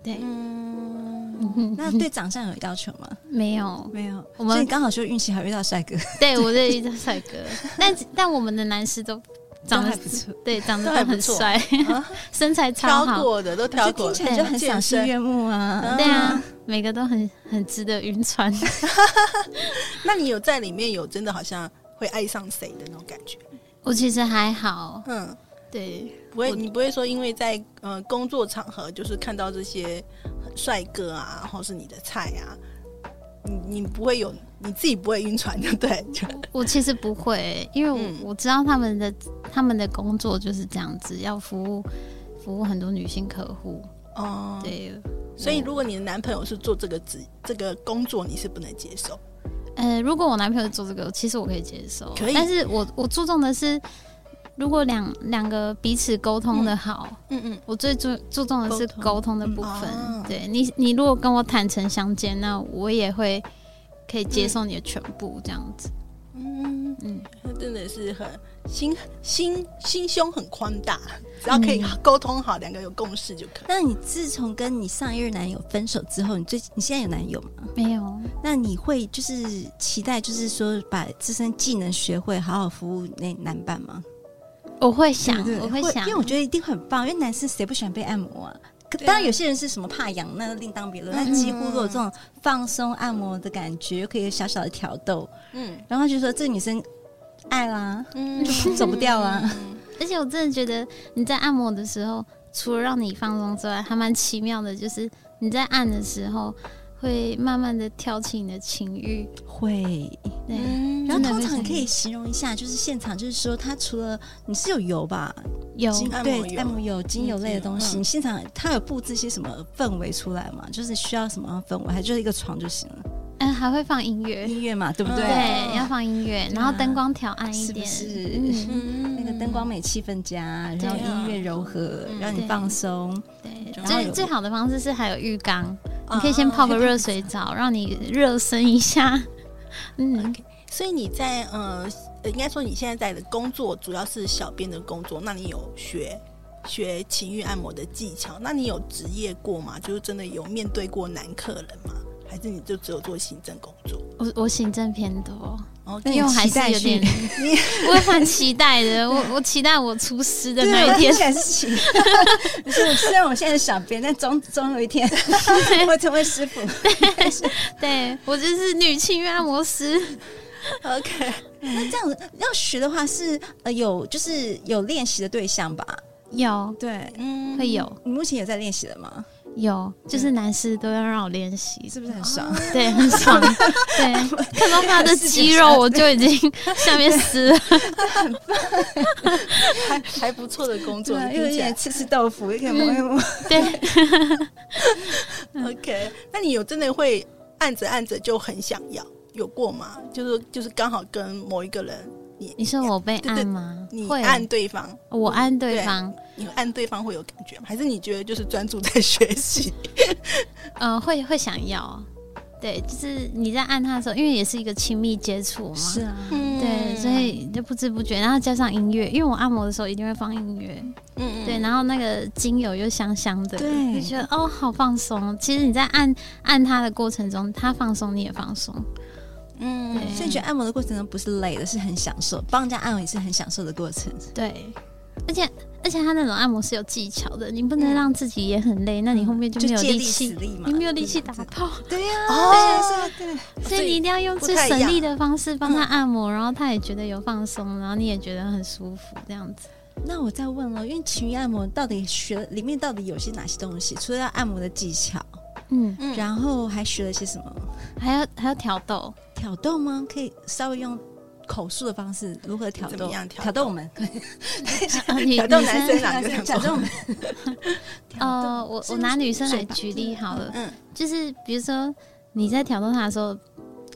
Speaker 1: 对
Speaker 2: 嗯，
Speaker 4: [laughs] 那对长相有要求吗？
Speaker 1: 没有，
Speaker 4: [laughs] 没有，
Speaker 1: 我们
Speaker 4: 所以刚好就运气好遇到 [laughs] 帅哥，
Speaker 1: 对我对遇到帅哥，但但我们的男士都长
Speaker 4: 都
Speaker 1: 得
Speaker 4: 还不错，
Speaker 1: 对长得
Speaker 2: 都还
Speaker 1: 都
Speaker 2: 不
Speaker 1: 很
Speaker 2: 错
Speaker 1: 帅， [laughs] 身材超
Speaker 2: 挑
Speaker 1: 好，
Speaker 2: 过的都挑
Speaker 4: [laughs] 就
Speaker 2: 过
Speaker 4: 听
Speaker 2: 了
Speaker 4: 起，来就很赏心悦目 [laughs] 啊。
Speaker 1: 对啊，每个都很很值得晕船。
Speaker 2: 那你有在里面有真的好像会爱上谁的那种感觉？
Speaker 1: 我其实还好，
Speaker 2: 嗯，
Speaker 1: 对，
Speaker 2: 不会，
Speaker 1: 我
Speaker 2: 你不会说因为在呃工作场合就是看到这些帅哥啊，或是你的菜啊，你你不会有你自己不会晕船的，对， [laughs] 就
Speaker 1: 我其实不会、因为我、
Speaker 2: 嗯
Speaker 1: 我知道他们的他们的工作就是这样子，要服务服务很多女性客户，
Speaker 2: 哦，
Speaker 1: 对，
Speaker 2: 所以如果你的男朋友是做这个职这个工作，你是不能接受。
Speaker 1: 呃，如果我男朋友做这个，其实我可以接受，
Speaker 2: 可以
Speaker 1: 但是我我注重的是，如果两两个彼此沟通的好。
Speaker 2: 嗯嗯，
Speaker 1: 我最注注重的是
Speaker 4: 沟通
Speaker 1: 沟通的部分。
Speaker 2: 嗯哦
Speaker 1: 对你，你如果跟我坦诚相见，那我也会可以接受你的全部这样子。
Speaker 2: 嗯，
Speaker 1: 嗯，
Speaker 2: 他真的是很心心心胸很宽大，
Speaker 4: 嗯
Speaker 2: 只要可以沟通好，两个有共识就可以。
Speaker 4: 那你自从跟你上一任男友分手之后，你最你现在有男友吗？
Speaker 1: 没有，
Speaker 4: 那你会就是期待，就是说把自身技能学会，好好服务那男伴吗？
Speaker 1: 我会想，
Speaker 4: 对不对
Speaker 1: 我会想，
Speaker 4: 因啊为我觉得一定很棒，因为男生谁不喜欢被按摩啊？嗯可
Speaker 2: 对啊
Speaker 4: 当然，有些人是什么怕痒，那另当别论。但几乎如果有这种放松按摩的感觉，又可以小小的挑逗，
Speaker 2: 嗯
Speaker 4: 然后就说这个女生爱啦，
Speaker 2: 嗯
Speaker 4: 走不掉啊。
Speaker 1: 而且我真的觉得你在按摩的时候，除了让你放松之外，还蛮奇妙的，就是你在按的时候。会慢慢的挑起你的情欲，
Speaker 4: 会。
Speaker 1: 对，
Speaker 2: 嗯
Speaker 4: 然
Speaker 1: 真
Speaker 4: 后
Speaker 1: 的
Speaker 4: 通
Speaker 1: 会
Speaker 4: 常
Speaker 1: 想
Speaker 4: 可以形容一下，就是现场，就是说它除了你是有油吧，
Speaker 1: 有
Speaker 4: 精
Speaker 2: 按摩
Speaker 4: 对
Speaker 2: 油
Speaker 4: 按摩油、精油类的东西，
Speaker 2: 嗯
Speaker 4: 你现场它有布置一些什么氛围出来嘛？就是需要什么样的氛围，还就是一个床就行了，
Speaker 1: 嗯，还会放音乐，
Speaker 4: 音乐嘛，对不啊
Speaker 2: 对
Speaker 1: 对，要放音乐，然后灯光调暗一
Speaker 4: 是不
Speaker 1: 点，
Speaker 4: 是？ [laughs]
Speaker 2: 嗯
Speaker 4: 那个灯光美，气氛佳，然后
Speaker 1: 对
Speaker 2: 啊
Speaker 4: 音乐柔和，
Speaker 2: 嗯
Speaker 4: 让你
Speaker 1: 对
Speaker 4: 放松。
Speaker 1: 对，
Speaker 4: 然后
Speaker 1: 最
Speaker 4: 有
Speaker 1: 最好的方式是还有浴缸，
Speaker 2: 啊
Speaker 1: 你可以先泡个热。水澡，让你热身一下。嗯，
Speaker 2: OK 所以你在呃，应该说你现在在的工作主要是小编的工作，那你有学学情欲按摩的技巧？那你有职业过吗？就是真的有面对过男客人吗？还是你就只有做行政工作？
Speaker 1: 我我行政偏多，
Speaker 2: 哦，
Speaker 4: 那
Speaker 1: 因
Speaker 4: 你
Speaker 1: 为我还
Speaker 4: 期
Speaker 1: 是
Speaker 4: 待
Speaker 1: 有
Speaker 4: 去
Speaker 1: 点，
Speaker 4: [laughs]
Speaker 1: 我也蛮期待的。我我期待我出师的那一天
Speaker 4: 啊我。感是期待。所以虽然我现 [laughs] 在是小编，但总总有一 [laughs] 天我成为师傅。
Speaker 1: 对我就是女性按摩师，
Speaker 2: OK，
Speaker 4: 那这样子要学的话是呃有就是有练习的对象吧？
Speaker 1: [laughs] 有
Speaker 4: 对，
Speaker 2: 嗯
Speaker 1: 会有
Speaker 4: 你目前也在练习了吗？
Speaker 1: 有，就是男士都要让我练习
Speaker 4: 你，是不是很爽？
Speaker 1: 对，很爽。对，看到他的肌肉，我就已经下面湿了。
Speaker 2: 还还不错的工作，
Speaker 4: 啊，又
Speaker 2: 听
Speaker 4: 有
Speaker 2: 起来
Speaker 4: 点吃吃豆腐，又可以摸一 [laughs] 摸。
Speaker 1: 对，
Speaker 2: OK，那你有真的会按着按着就很想要，有过吗？就是就是刚好跟某一个人，你
Speaker 1: 你说我被
Speaker 2: 对对
Speaker 1: 按吗？
Speaker 2: 你
Speaker 1: 会，
Speaker 2: 按对方，
Speaker 1: 我按对
Speaker 2: 对
Speaker 1: 方。
Speaker 2: 你按对方会有感觉吗？还是你觉得就是专注在学习？
Speaker 1: 呃，会会想要，对，就是你在按他的时候，因为也是一个亲密接触嘛，
Speaker 4: 啊，
Speaker 1: 嗯对，所以就不知不觉，然后加上音乐，因为我按摩的时候一定会放音乐，
Speaker 2: 嗯
Speaker 1: 对，然后那个精油又香香的，就
Speaker 4: 对
Speaker 1: 觉得哦好放松。其实你在按按他的过程中，他放松你也放松，
Speaker 2: 嗯
Speaker 1: 对
Speaker 4: 所以你觉得按摩的过程中不是累的，是很享受，帮人家按摩也是很享受的过程。
Speaker 1: 对，而且而且他那种按摩是有技巧的，你不能让自己也很累，那你后面就
Speaker 4: 就
Speaker 1: 没有
Speaker 4: 借
Speaker 1: 力
Speaker 4: 力使
Speaker 1: 气，
Speaker 4: 力嘛，
Speaker 1: 你没有力气
Speaker 4: 对啊
Speaker 1: 打炮，
Speaker 4: 对呀，
Speaker 2: 哦
Speaker 4: 是啊，对，
Speaker 1: 所以你一定要用
Speaker 2: 不
Speaker 1: 最
Speaker 2: 太一
Speaker 1: 省
Speaker 2: 样
Speaker 1: 力的方式帮他按摩，然后他也觉得有放松，然后你也觉得很舒服，这样子。
Speaker 4: 那我再问了，因为情欲按摩到底学里面到底有些哪些东西？除了要按摩的技巧，
Speaker 1: 嗯，
Speaker 2: 嗯
Speaker 4: 然后还学了些什么？
Speaker 1: 还要还要挑逗，
Speaker 4: 挑逗吗？可以稍微用口述的方式如何挑
Speaker 2: 怎
Speaker 4: 逗
Speaker 2: 么样？挑逗
Speaker 4: 挑逗我们，
Speaker 1: 啊你
Speaker 2: 挑逗
Speaker 1: 女
Speaker 2: 男
Speaker 1: 生
Speaker 2: 生啊，这样
Speaker 4: 挑
Speaker 2: 讲
Speaker 4: 逗我们。
Speaker 2: 哦
Speaker 1: 呃，我我拿女生来举例好了，
Speaker 2: 嗯
Speaker 1: 就是比如说你在挑逗她的时候，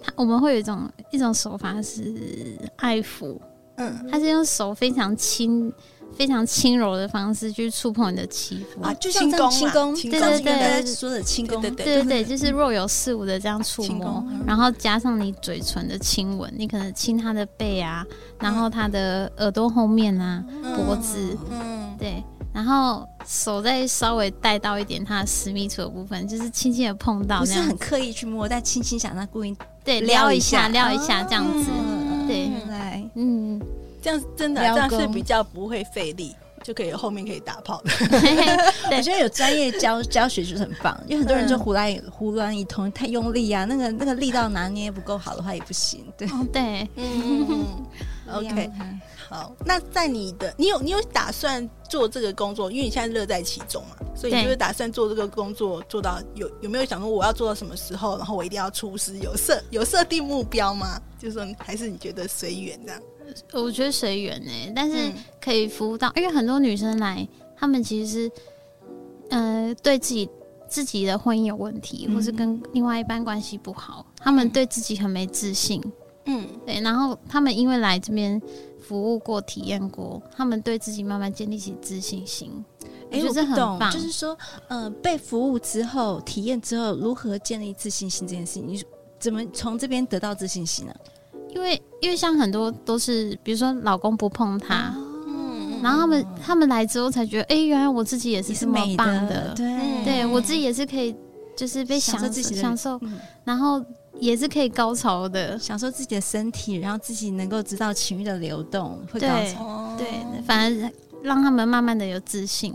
Speaker 1: 她我们会有一种一种手法是爱抚，
Speaker 2: 嗯
Speaker 1: 她是用手非常轻、非常轻柔的方式去触碰你的肌肤，
Speaker 4: 啊，就像
Speaker 2: 轻
Speaker 4: 这
Speaker 2: 功
Speaker 4: 样轻
Speaker 2: 啦
Speaker 4: 功，
Speaker 2: 轻
Speaker 1: 功
Speaker 4: 上次
Speaker 1: 对
Speaker 4: 跟
Speaker 1: 对
Speaker 4: 大家
Speaker 1: 对
Speaker 4: 说的轻功，
Speaker 2: 对对嗯啊
Speaker 1: 对对对，就是若有似无的这样触
Speaker 2: 轻
Speaker 1: 摸
Speaker 2: 功，嗯
Speaker 1: 然后加上你嘴唇的亲吻，你可能亲她的背啊，然后她的耳朵后面啊，脖子，
Speaker 2: 嗯，
Speaker 1: 对，然后手再稍微带到一点她的私密处的部分，就是轻轻的碰到
Speaker 4: 不
Speaker 1: 这
Speaker 4: 是
Speaker 1: 样
Speaker 4: 很
Speaker 1: 子，
Speaker 4: 刻意去摸，但轻轻想，那故意
Speaker 1: 对，
Speaker 4: 撩
Speaker 1: 撩
Speaker 4: 一
Speaker 1: 一
Speaker 4: 下哦
Speaker 1: 下，撩一下这样子，
Speaker 4: 嗯
Speaker 1: 对
Speaker 4: 原来
Speaker 1: 嗯，
Speaker 2: 这样真的啊
Speaker 4: 撩
Speaker 2: 这样是
Speaker 4: 弓
Speaker 2: 比较不会费力，就可以后面可以打炮的。
Speaker 1: 嘿嘿
Speaker 4: 我觉得有专业教教学就是很棒，因为很多人就胡来胡乱一通，太用力啊，那个那个力道拿捏不够好的话也不行。对
Speaker 1: 哦 [laughs] 对，
Speaker 2: 嗯 [laughs] ，OK，好，
Speaker 1: 哎
Speaker 2: 那在你的，你有你有打算做这个工作，因为你现在乐在其中嘛，所以你
Speaker 1: 对
Speaker 2: 就是打算做这个工作做到有有没有想说我要做到什么时候，然后我一定要出师，有设有设定目标吗？就是说还是你觉得随缘这样？
Speaker 1: 我觉得随缘哎，但是
Speaker 2: 嗯
Speaker 1: 可以服务到，因为很多女生来，她们其实是，呃，对自己自己的婚姻有问题，
Speaker 2: 嗯
Speaker 1: 或是跟另外一半关系不好，她们
Speaker 2: 嗯
Speaker 1: 对自己很没自信，
Speaker 2: 嗯
Speaker 1: 对，然后她们因为来这边服务过、体验过，她们对自己慢慢建立起自信心。我
Speaker 4: 哎，
Speaker 1: 觉得
Speaker 4: 我
Speaker 1: 这
Speaker 4: 不
Speaker 1: 很
Speaker 4: 懂，
Speaker 1: 棒，
Speaker 4: 就是说，呃，被服务之后，体验之后，如何建立自信心这件事情，你怎么从这边得到自信心呢？
Speaker 1: 因为因为像很多都是，比如说老公不碰她。
Speaker 4: 哦
Speaker 2: 嗯
Speaker 1: 然后他们他们来之后才觉得，哎、原来我自己也是嗯
Speaker 4: 你
Speaker 1: 这
Speaker 4: 是
Speaker 1: 么
Speaker 4: 美
Speaker 1: 棒
Speaker 4: 的，对
Speaker 1: 对我自己也是可以，就是被
Speaker 4: 享
Speaker 1: 享
Speaker 4: 受自己的
Speaker 1: 享受，
Speaker 4: 嗯
Speaker 1: 然后也是可以高潮的。
Speaker 4: 享受自己的身体，然后自己能够知道情欲的流动，会
Speaker 1: 对
Speaker 4: 高潮。
Speaker 2: 哦
Speaker 1: 对，嗯反而让他们慢慢的有自信。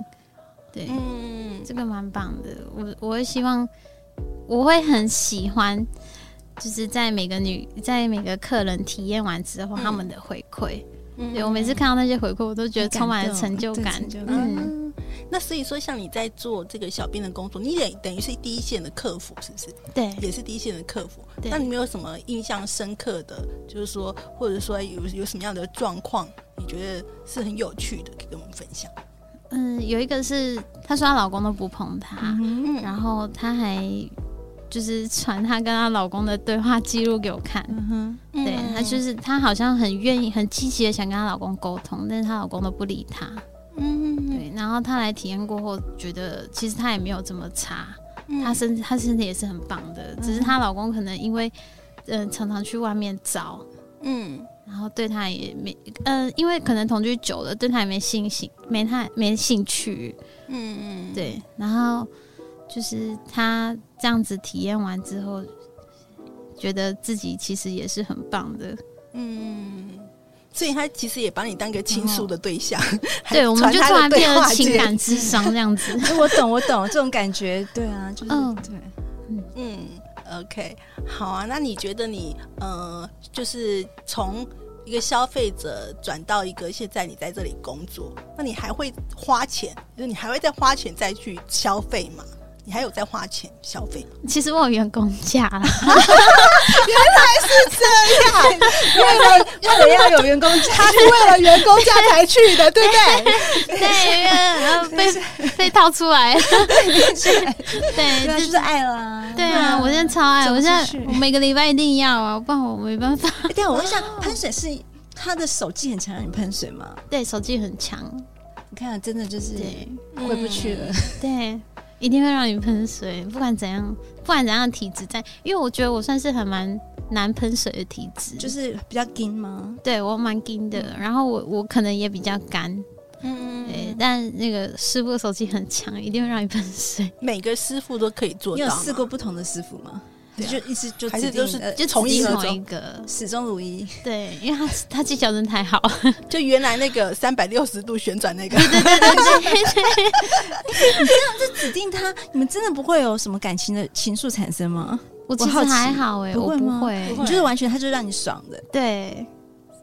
Speaker 1: 对，
Speaker 2: 嗯
Speaker 1: 这个蛮棒的。我我会希望，我会很喜欢，就是在每个女在每个客人体验完之后，
Speaker 2: 嗯
Speaker 1: 他们的回馈。
Speaker 2: 嗯
Speaker 1: 对我每次看到那些回馈，我都觉得
Speaker 4: 很感
Speaker 1: 充满了
Speaker 4: 动
Speaker 1: 成就
Speaker 4: 对
Speaker 1: 感
Speaker 4: 成就。感
Speaker 1: 嗯，
Speaker 2: 嗯，那所以说，像你在做这个小编的工作，你等等于是第一线的客服，是不是？
Speaker 1: 对。
Speaker 2: 也是第一线的客服。
Speaker 1: 对
Speaker 2: 那你没有什么印象深刻的，就是说，或者说有有什么样的状况，你觉得是很有趣的，可以跟我们分享？
Speaker 1: 嗯，有一个是她说她老公都不碰她，
Speaker 4: 嗯
Speaker 1: 然后她还就是传她跟她老公的对话记录给我看。
Speaker 4: 哼，
Speaker 1: 对
Speaker 2: 嗯
Speaker 1: 她就是她好像很愿意、很积极的想跟她老公沟通，但是她老公都不理她。
Speaker 2: 嗯，
Speaker 1: 对，然后她来体验过后，觉得其实她也没有这么差，
Speaker 2: 嗯
Speaker 1: 她身她身体也是很棒的，只是她老公可能因为嗯、呃常常去外面找，
Speaker 2: 嗯
Speaker 1: 然后对她也没呃，因为可能同居久了，对她也没信心，没太没兴趣。
Speaker 2: 嗯，
Speaker 1: 对，然后就是她这样子体验完之后，觉得自己其实也是很棒的。
Speaker 2: 嗯。所以他其实也把你当个倾诉的对象，
Speaker 1: 嗯
Speaker 2: 还
Speaker 1: 对，我们
Speaker 2: 传
Speaker 1: 就
Speaker 2: 他
Speaker 1: 突
Speaker 2: 的
Speaker 1: 然
Speaker 2: 对
Speaker 1: 变
Speaker 2: 话
Speaker 1: 成情
Speaker 2: 记录
Speaker 1: 感智商这样子。 [laughs]
Speaker 4: 哎我懂，我懂这种感觉，对啊，就是
Speaker 1: 嗯
Speaker 4: 对。 [laughs]
Speaker 2: 嗯，OK，好啊。那你觉得你呃，就是从一个消费者转到一个现在你在这里工作，那你还会花钱？就是你还会再花钱再去消费吗？你还有在花钱消费吗？
Speaker 1: 其实我有员工价啦，
Speaker 4: 啊因为我要有员工
Speaker 1: [laughs]
Speaker 4: 价，
Speaker 2: 他是为了员工价才去的，对不对？
Speaker 1: 对，然后被被套出 [laughs] 来，对，
Speaker 4: 对啊，
Speaker 1: 就
Speaker 4: 就是爱
Speaker 1: 哎
Speaker 4: 啦。
Speaker 1: 对啊，我现在超爱，
Speaker 4: 走
Speaker 1: 我现
Speaker 4: 出
Speaker 1: 在
Speaker 4: 去
Speaker 1: 我每个礼拜一定要啊，不然我没办法。
Speaker 4: 哎，对啊，我问一下，
Speaker 1: 哦
Speaker 4: 喷水是他的手技很强，让你喷水吗？
Speaker 1: [laughs] 对，手技很强，
Speaker 4: 你看，真的就是
Speaker 1: 对
Speaker 4: 回不去了。
Speaker 2: 嗯
Speaker 1: 对，一定会让你喷水，不管怎样，不管怎样的体质在，因为我觉得我算是还蛮难喷水的体质，
Speaker 4: 就是比较硬吗？
Speaker 1: 对我蛮硬的，然后我我可能也比较干，对，
Speaker 2: 嗯，
Speaker 1: 但那个师傅的手技很强，一定会让你喷水。
Speaker 2: 每个师傅都可以做
Speaker 4: 你
Speaker 2: 到
Speaker 4: 有
Speaker 2: 吗。
Speaker 4: 试过不同的师傅吗？
Speaker 2: 对啊
Speaker 4: 就一直就
Speaker 2: 还
Speaker 4: 指
Speaker 2: 是
Speaker 4: 定
Speaker 2: 就是
Speaker 4: 呃
Speaker 1: 就
Speaker 2: 从
Speaker 1: 指定
Speaker 2: 一而
Speaker 1: 同
Speaker 2: 终
Speaker 1: 一个，
Speaker 4: 始终如一。
Speaker 1: 对，因为他他技巧真的太 [laughs] 好，
Speaker 2: 就原来那个三百六十度旋转那个，
Speaker 4: 指定他，你们真的不会有什么感情的情愫产生吗？
Speaker 1: 我其实
Speaker 4: 好奇
Speaker 1: 还好哎、
Speaker 4: 不
Speaker 1: 我
Speaker 4: 会吗
Speaker 1: 不会
Speaker 2: 不会
Speaker 4: 你就是完全他就让你爽的，
Speaker 1: 对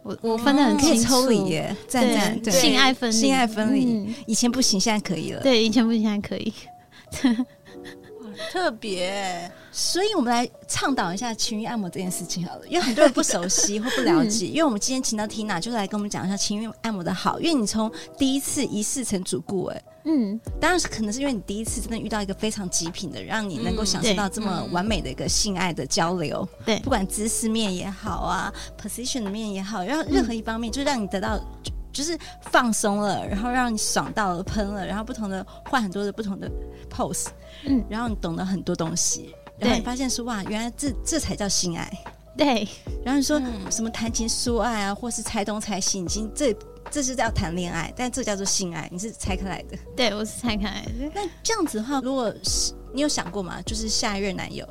Speaker 1: 我我分得很
Speaker 2: 嗯
Speaker 4: 可
Speaker 1: 清
Speaker 4: 以
Speaker 1: 楚，
Speaker 4: 抽离耶，赞赞，
Speaker 1: 对，
Speaker 4: 对，
Speaker 1: 性爱分离，
Speaker 4: 性爱分离
Speaker 1: 嗯
Speaker 4: 以前不行，现在可以了。
Speaker 1: 对，以前不行，现在可以。
Speaker 2: 特别
Speaker 4: 所以我们来倡导一下情欲按摩这件事情好了，因为很多人不熟悉或不了
Speaker 2: [laughs]
Speaker 4: 解。因为我们今天请到 Tina，就是来跟我们讲一下情欲按摩的好。因为你从第一次一试成主顾，哎，
Speaker 1: 嗯，
Speaker 4: 当然是可能是因为你第一次真的遇到一个非常极品的，让你能够享受到这么完美的一个性爱的交流，
Speaker 1: 嗯对
Speaker 4: 不管姿势面也好啊，position 的面也好，然后
Speaker 1: 嗯
Speaker 4: 任何一方面，就让你得到。就就是放松了，然后让你爽到了，喷了，然后不同的换很多的不同的 pose，
Speaker 1: 嗯
Speaker 4: 然后你懂得很多东西，然后
Speaker 1: 对
Speaker 4: 你发现说哇，原来这这才叫性爱，
Speaker 1: 对
Speaker 4: 然后你说、
Speaker 2: 嗯
Speaker 4: 什么谈情说爱啊，或是猜东猜西，已经这这是叫谈恋爱，但这叫做性爱，你是拆开来的。
Speaker 1: 对，我是蔡
Speaker 4: [laughs]
Speaker 1: 凯。
Speaker 4: 那这样子的话，如果是你有想过吗？就是下一任男友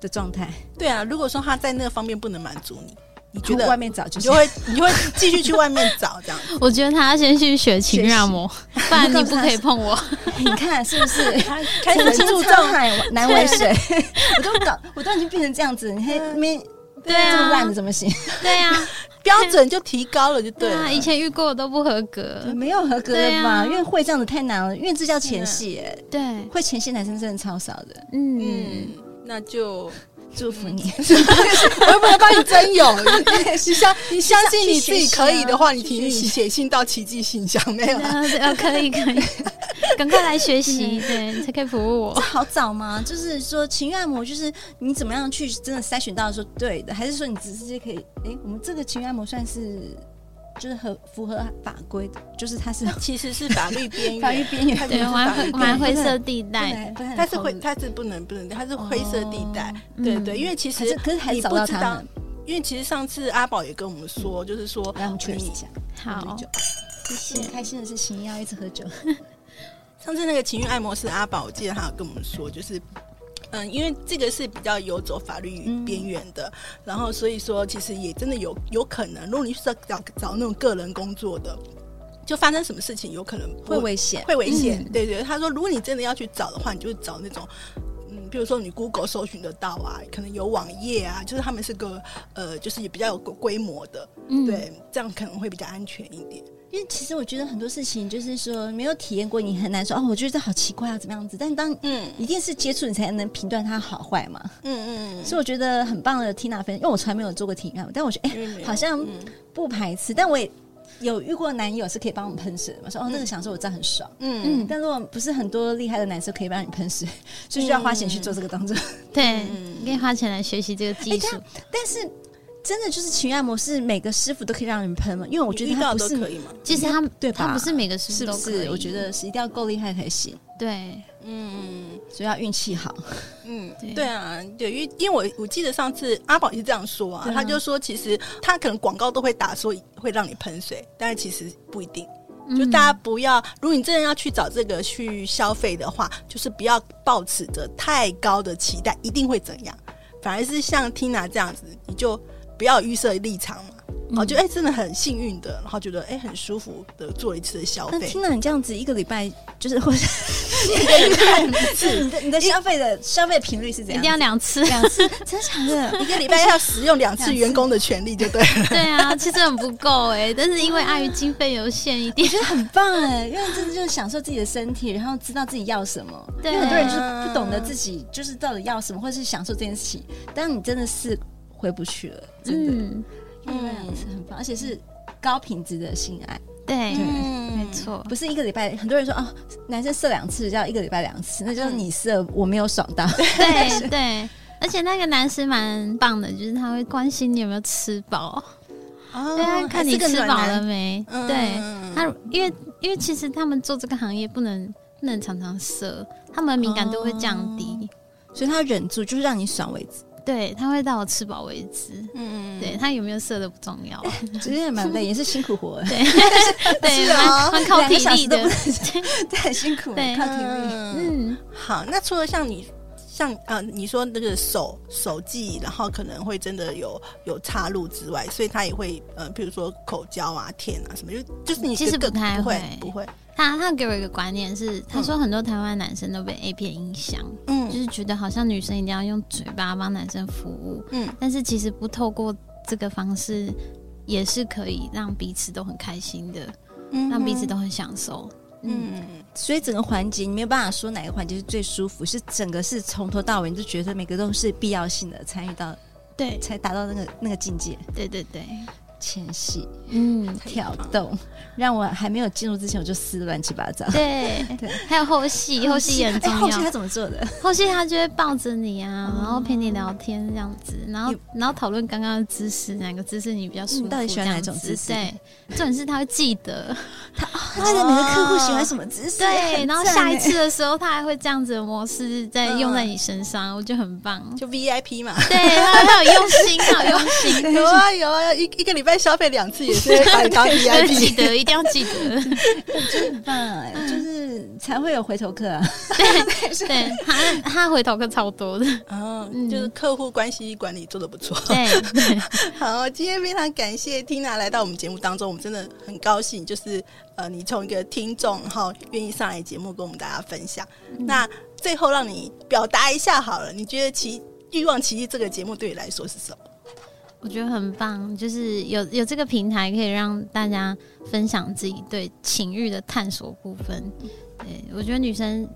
Speaker 4: 的状态，
Speaker 2: 对啊。如果说他在那个方面不能满足你，你觉
Speaker 4: 从外
Speaker 2: 得
Speaker 4: 面找就
Speaker 2: 你
Speaker 4: 是
Speaker 2: 就会你就会继续去外面找这样。
Speaker 1: 我觉得他要先去学情让魔，不然你不可以碰
Speaker 4: [laughs]
Speaker 1: 我。
Speaker 4: 你看是不是？
Speaker 2: [laughs] [laughs] 开始注重
Speaker 4: 海难
Speaker 2: [laughs]
Speaker 4: 为水，我都搞，我都已经变成这样子，你还
Speaker 2: 啊
Speaker 4: 那边
Speaker 1: 对
Speaker 4: 这么烂
Speaker 1: 啊
Speaker 4: 的，怎么行？
Speaker 1: 对啊，
Speaker 4: [laughs]
Speaker 2: 标准就提高了，就对
Speaker 1: 对
Speaker 2: 了。
Speaker 1: 啊，以前遇过的都不合格。
Speaker 4: 没有合格
Speaker 1: 对
Speaker 4: 的吧？
Speaker 1: 啊
Speaker 4: 因为会这样子太难了，因为这叫前戏耶，
Speaker 1: 对，
Speaker 4: 会前戏男生真的超少的。
Speaker 1: 嗯，
Speaker 2: 嗯，那就
Speaker 4: 祝福 [laughs] 你，
Speaker 2: 我又不能帮你真有， [laughs] 你相你相信你自己可以的话，你提你写信到奇迹信箱没有
Speaker 1: 对
Speaker 2: 啊？
Speaker 1: 啊对啊，可以
Speaker 4: [laughs]
Speaker 1: 可以，赶快来学习，对你才可以服务我。
Speaker 4: 这好找吗？ [laughs] 就是说情欲按摩，就是你怎么样去真的筛选到说对的，还是说你直接可以？哎、我们这个情欲按摩算是就是合符合法规的，就是它是
Speaker 2: 其实是 [laughs] 法律边缘，
Speaker 4: 法律边缘
Speaker 1: [laughs]
Speaker 2: 它
Speaker 1: 对，
Speaker 2: 是
Speaker 1: 蛮灰
Speaker 2: 法律边缘
Speaker 1: 蛮灰色地带的。
Speaker 4: 对，
Speaker 2: 它是灰，它是不能不能，它是灰色地带。
Speaker 1: 哦
Speaker 2: 对
Speaker 1: 嗯
Speaker 2: 对，因为其
Speaker 4: 可是
Speaker 2: 实
Speaker 4: 可是还
Speaker 2: 你
Speaker 4: 找
Speaker 2: 不
Speaker 4: 到
Speaker 2: 知
Speaker 4: 他
Speaker 2: 道
Speaker 4: 们，，
Speaker 2: 因为其实上次阿宝也跟我们说，就是说
Speaker 4: 来我们确认一下。
Speaker 1: 嗯好，
Speaker 4: 谢谢。开心的事情要一直喝酒，
Speaker 2: 上次那个情欲按摩师阿宝，我记得他有跟我们说，就是。嗯，因为这个是比较游走法律边缘的，然后所以说其实也真的有有可能，如果你是找找那种个人工作的，就发生什么事情有可能不
Speaker 4: 会危险。
Speaker 2: 会危险。
Speaker 1: 嗯
Speaker 2: 对对，他说如果你真的要去找的话，你就找那种。嗯，比如说你 Google 搜寻得到啊，可能有网页啊，就是他们是个呃，就是也比较有规规模的，
Speaker 1: 嗯，
Speaker 2: 对，这样可能会比较安全一点。
Speaker 4: 因为其实我觉得很多事情就是说没有体验过，你很难说哦，我觉得这好奇怪啊，怎么样子？但当
Speaker 2: 嗯
Speaker 4: 一定是接触你才能评断它好坏嘛。
Speaker 2: 嗯嗯，
Speaker 4: 所以我觉得很棒的 Tina 分，因为我从来没有做过体验按摩，但我觉得哎、
Speaker 2: 因为没有
Speaker 4: 好像
Speaker 2: 嗯
Speaker 4: 不排斥，但我也有遇过男友是可以帮我们喷水的嘛，说哦那个享受我知道很爽，
Speaker 2: 嗯
Speaker 1: 嗯
Speaker 4: 但如果不是很多厉害的男生可以帮你喷水，所以需要花钱去做这个动作。
Speaker 1: 对，
Speaker 2: 嗯
Speaker 1: 你可以花钱来学习这个技术。
Speaker 4: 但是真的就是情欲按摩是每个师傅都可以让人喷吗？因为我
Speaker 2: 我
Speaker 4: 觉
Speaker 2: 觉
Speaker 4: 得
Speaker 2: 得
Speaker 4: 他
Speaker 2: 到
Speaker 4: 不
Speaker 2: 都
Speaker 4: 是
Speaker 2: 可以嘛，
Speaker 1: 其实他
Speaker 4: 对吧
Speaker 1: 他不是每个师
Speaker 4: 是
Speaker 1: 傅
Speaker 4: 不
Speaker 1: 都可以
Speaker 4: 是？我觉得是一定要够厉害才行，
Speaker 1: 对，
Speaker 2: 嗯
Speaker 4: 所以要运气好。
Speaker 2: 嗯
Speaker 1: 对
Speaker 2: 对啊，对，因为因为我我记得上次阿宝也是这样说啊，
Speaker 4: 对啊
Speaker 2: 他就说其实他可能广告都会打说会让你喷水，但是其实不一定。就
Speaker 1: 嗯
Speaker 2: 大家不要，如果你真的要去找这个去消费的话，就是不要抱持着太高的期待，一定会怎样。反而是像 Tina 这样子，你就不要预设立场嘛。
Speaker 4: 嗯
Speaker 2: 哦，就哎、真的很幸运的，然后觉得哎、很舒服的做一次的消
Speaker 4: 那
Speaker 2: 费，
Speaker 4: 听到你这样子一个礼拜，就是 [laughs] 或者你的你的消费的消费频率是怎
Speaker 1: 一定
Speaker 4: 样子？
Speaker 1: 要两次。
Speaker 4: 两次，真的假 [laughs] 的？
Speaker 2: 一个礼拜要使用两次
Speaker 4: 两次
Speaker 2: 员工的权利，就对了。
Speaker 1: 对啊，其实很不够哎、但是因为碍于经费有限一
Speaker 4: 我
Speaker 1: 点，
Speaker 4: 觉得很棒哎，因为真的就是享受自己的身体，然后知道自己要什么。
Speaker 1: 对啊
Speaker 4: 因为很多人就是不懂得自己就是到底要什么，或是享受这件事情。但你真的是回不去了，真的。
Speaker 1: 嗯，
Speaker 4: 嗯，很棒，而且是高品质的性爱，
Speaker 1: 对，
Speaker 2: 嗯
Speaker 1: 没。错，
Speaker 4: 不是一个礼拜。很多人说哦，男生射两次叫一个礼拜两次，那就是你射，我没有爽到。
Speaker 1: 对对。而且那个男生蛮棒的，就是他会关心你有没有吃饱，
Speaker 2: 哦
Speaker 1: 对啊，看你吃饱了。没？
Speaker 2: 嗯
Speaker 1: 对，他因为因为其实他们做这个行业不能不能常常射，他们的敏感度会降低。
Speaker 4: [laughs] 所以他忍住，就是让你爽为止。
Speaker 1: 对，他会到我吃饱为止。
Speaker 2: 嗯
Speaker 1: 对他有没有射的不重要，啊
Speaker 4: 其实也蛮累，也是辛苦活，
Speaker 1: 对，
Speaker 2: 是啊
Speaker 1: 蛮蛮靠体
Speaker 4: [laughs] 两个小
Speaker 1: 力
Speaker 4: 时都
Speaker 1: 的
Speaker 4: 不。能，对，很辛苦，
Speaker 1: 对
Speaker 4: 靠体力。
Speaker 2: 嗯，
Speaker 1: 嗯，
Speaker 2: 好，那除了像你像呃，你说那个手手技，然后可能会真的有有插入之外，所以他也会呃，譬如说口交啊、舔啊什么，就就是你
Speaker 1: 其实
Speaker 2: 各
Speaker 1: 不太
Speaker 2: 不会
Speaker 1: 会
Speaker 2: 不会，
Speaker 1: 他他给我一个观念是，他说很多台湾男生都被 A 片影响，
Speaker 2: 嗯
Speaker 1: 就是觉得好像女生一定要用嘴巴帮男生服务，
Speaker 2: 嗯
Speaker 1: 但是其实不透过这个方式，也是可以让彼此都很开心的，
Speaker 2: 嗯
Speaker 1: 让彼此
Speaker 2: 哼
Speaker 1: 都很享受。嗯，
Speaker 2: 嗯
Speaker 4: 所以整个环节你没有办法说哪个环节是最舒服，是整个是从头到尾你就觉得每个都是必要性的参与到，
Speaker 1: 对
Speaker 4: 才达到那个那个境界。
Speaker 1: 对对对，
Speaker 4: 前戏、
Speaker 1: 嗯，
Speaker 4: 跳动，让我还没有进入之前我就撕的乱七八糟。
Speaker 1: 对
Speaker 4: 对
Speaker 1: 还有后戏，后戏也很重
Speaker 4: 哎
Speaker 1: 要。
Speaker 4: 后期他怎么做的？
Speaker 1: 后续他就会抱着你啊，
Speaker 4: 哦
Speaker 1: 然后陪你聊天这样子，然后然后讨论刚刚的姿势，哪个姿势你比较舒服，
Speaker 4: 你到底喜欢哪种姿势
Speaker 1: 这样子对，重点是他会记
Speaker 4: [laughs]
Speaker 1: 得，
Speaker 4: 他记得每个客户喜欢什么姿势？
Speaker 1: 对，
Speaker 4: 很
Speaker 1: 然后
Speaker 4: 赞
Speaker 1: 下一
Speaker 4: 哎
Speaker 1: 次的时候他还会这样子的模式再用在你身上，
Speaker 4: [laughs]
Speaker 1: 我觉得很棒。
Speaker 2: 就
Speaker 1: [laughs]
Speaker 2: VIP 嘛，
Speaker 1: 对，他他有用心，他有用心，
Speaker 4: [laughs]
Speaker 2: 有啊有啊，一一个礼拜消费两次也是
Speaker 1: [laughs]
Speaker 2: 把你当
Speaker 1: 记
Speaker 2: VIP，
Speaker 1: 得一定要记
Speaker 4: [laughs]
Speaker 1: 得，
Speaker 4: 很棒 [laughs] 哎，就是才会有回头客啊。 [laughs]
Speaker 1: 对他他回头客超多的，
Speaker 2: 嗯，就是客户关系管理做的不错。
Speaker 1: 对对
Speaker 2: 好，今天非常感谢 Tina 来到我们节目当中，我们真的很高兴，就是呃，你从一个听众，然后愿意上来节目跟我们大家分享。
Speaker 4: 嗯
Speaker 2: 那最后让你表达一下好了，你觉得奇《欲望奇迹》这个节目对你来说是什么？
Speaker 1: 我觉得很棒，就是有有这个平台可以让大家分享自己对情欲的探索部分。对我觉得女生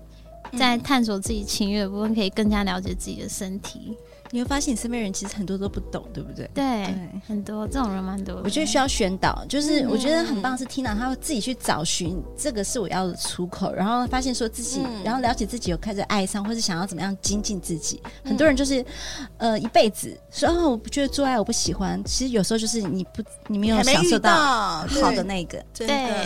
Speaker 1: 在
Speaker 4: 嗯
Speaker 1: 探索自己情欲的部分，可以更加了解自己的身体。
Speaker 4: 你会发现你身边人其实很多都不懂，对不对？
Speaker 1: 对，
Speaker 4: 对
Speaker 1: 很多这种人蛮多的。
Speaker 4: 我觉得需要宣导，
Speaker 2: 嗯
Speaker 4: 就是我觉得很棒是 Tina，她会自己去找寻这个是我要的出口，然后发现说自己，
Speaker 2: 嗯
Speaker 4: 然后了解自己有开始爱上，或是想要怎么样精进自己。很多人就是
Speaker 2: 嗯
Speaker 4: 呃一辈子说哦，我不觉得做爱我不喜欢，其实有时候就是你不你没有
Speaker 2: 还没
Speaker 4: 享
Speaker 2: 遇
Speaker 4: 受到
Speaker 2: 到
Speaker 4: 好的，那个，
Speaker 2: 对真的
Speaker 1: 对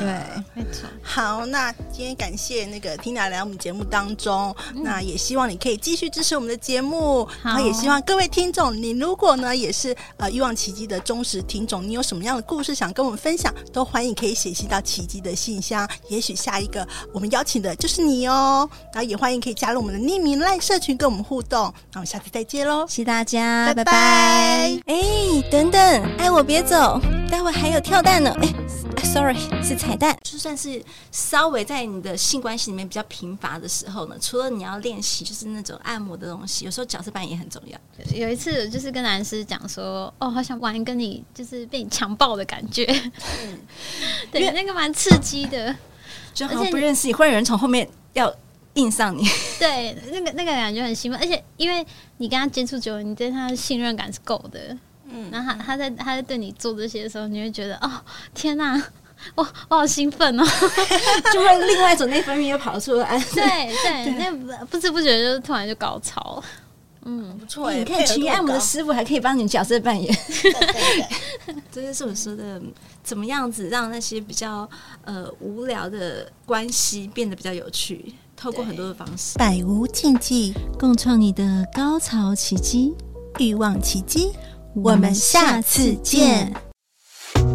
Speaker 4: 对。
Speaker 1: 没错，
Speaker 2: 好，那今天感谢那个 Tina 来我们节目当中，
Speaker 4: 嗯
Speaker 2: 那也希望你可以继续支持我们的节目，然后也希望各位听众，你如果呢也是呃欲望奇迹的忠实听众，你有什么样的故事想跟我们分享，都欢迎可以写信到奇迹的信箱，也许下一个我们邀请的就是你哦，然后也欢迎可以加入我们的匿名赖社群跟我们互动，那我们下次再见喽。
Speaker 4: 谢谢大家，
Speaker 2: 拜
Speaker 4: 拜
Speaker 2: 拜
Speaker 4: 拜。哎、等等，爱我别走，待会还有跳蛋呢。哎、s o r r y 是彩蛋。就算是稍微在你的性关系里面比较贫乏的时候呢，除了你要练习，就是那种按摩的东西，有时候角色扮演也很重要。
Speaker 1: 有一次我就是跟男师讲说，哦，好想玩跟你就是被你强暴的感觉，
Speaker 4: 嗯
Speaker 1: [laughs] 对，那个蛮刺激的。
Speaker 4: 就
Speaker 1: 好像
Speaker 4: 好像
Speaker 1: 不
Speaker 4: 不认识你，忽然有人从后面要硬上你。
Speaker 1: 对，那个那个感觉很兴奋，而且因为你跟他接触久了，你对他的信任感是够的。嗯，然后他他在他在对你做这些的时候，你会觉得哦，天哪、我我好兴奋哦！
Speaker 4: [laughs] 就会另外一种内分泌又跑出
Speaker 1: [laughs]
Speaker 4: 来。
Speaker 1: 对 [laughs] 对，那不知不觉就突然就高潮。嗯，
Speaker 2: 不错、欸，
Speaker 4: 哎你看，
Speaker 2: 配合度
Speaker 4: 情绪按摩的
Speaker 2: 高
Speaker 4: 师傅还可以帮你角色扮演。
Speaker 2: 对对对
Speaker 4: [laughs] 这就是我说的，怎么样子让那些比较呃无聊的关系变得比较有趣，透过很多的方式，
Speaker 2: 百无禁忌，
Speaker 4: 共创你的高潮奇迹。
Speaker 2: 欲望奇迹。
Speaker 4: 我
Speaker 2: 们
Speaker 4: 们
Speaker 2: 下
Speaker 4: 下
Speaker 2: 次
Speaker 4: 次
Speaker 2: 见
Speaker 4: 见。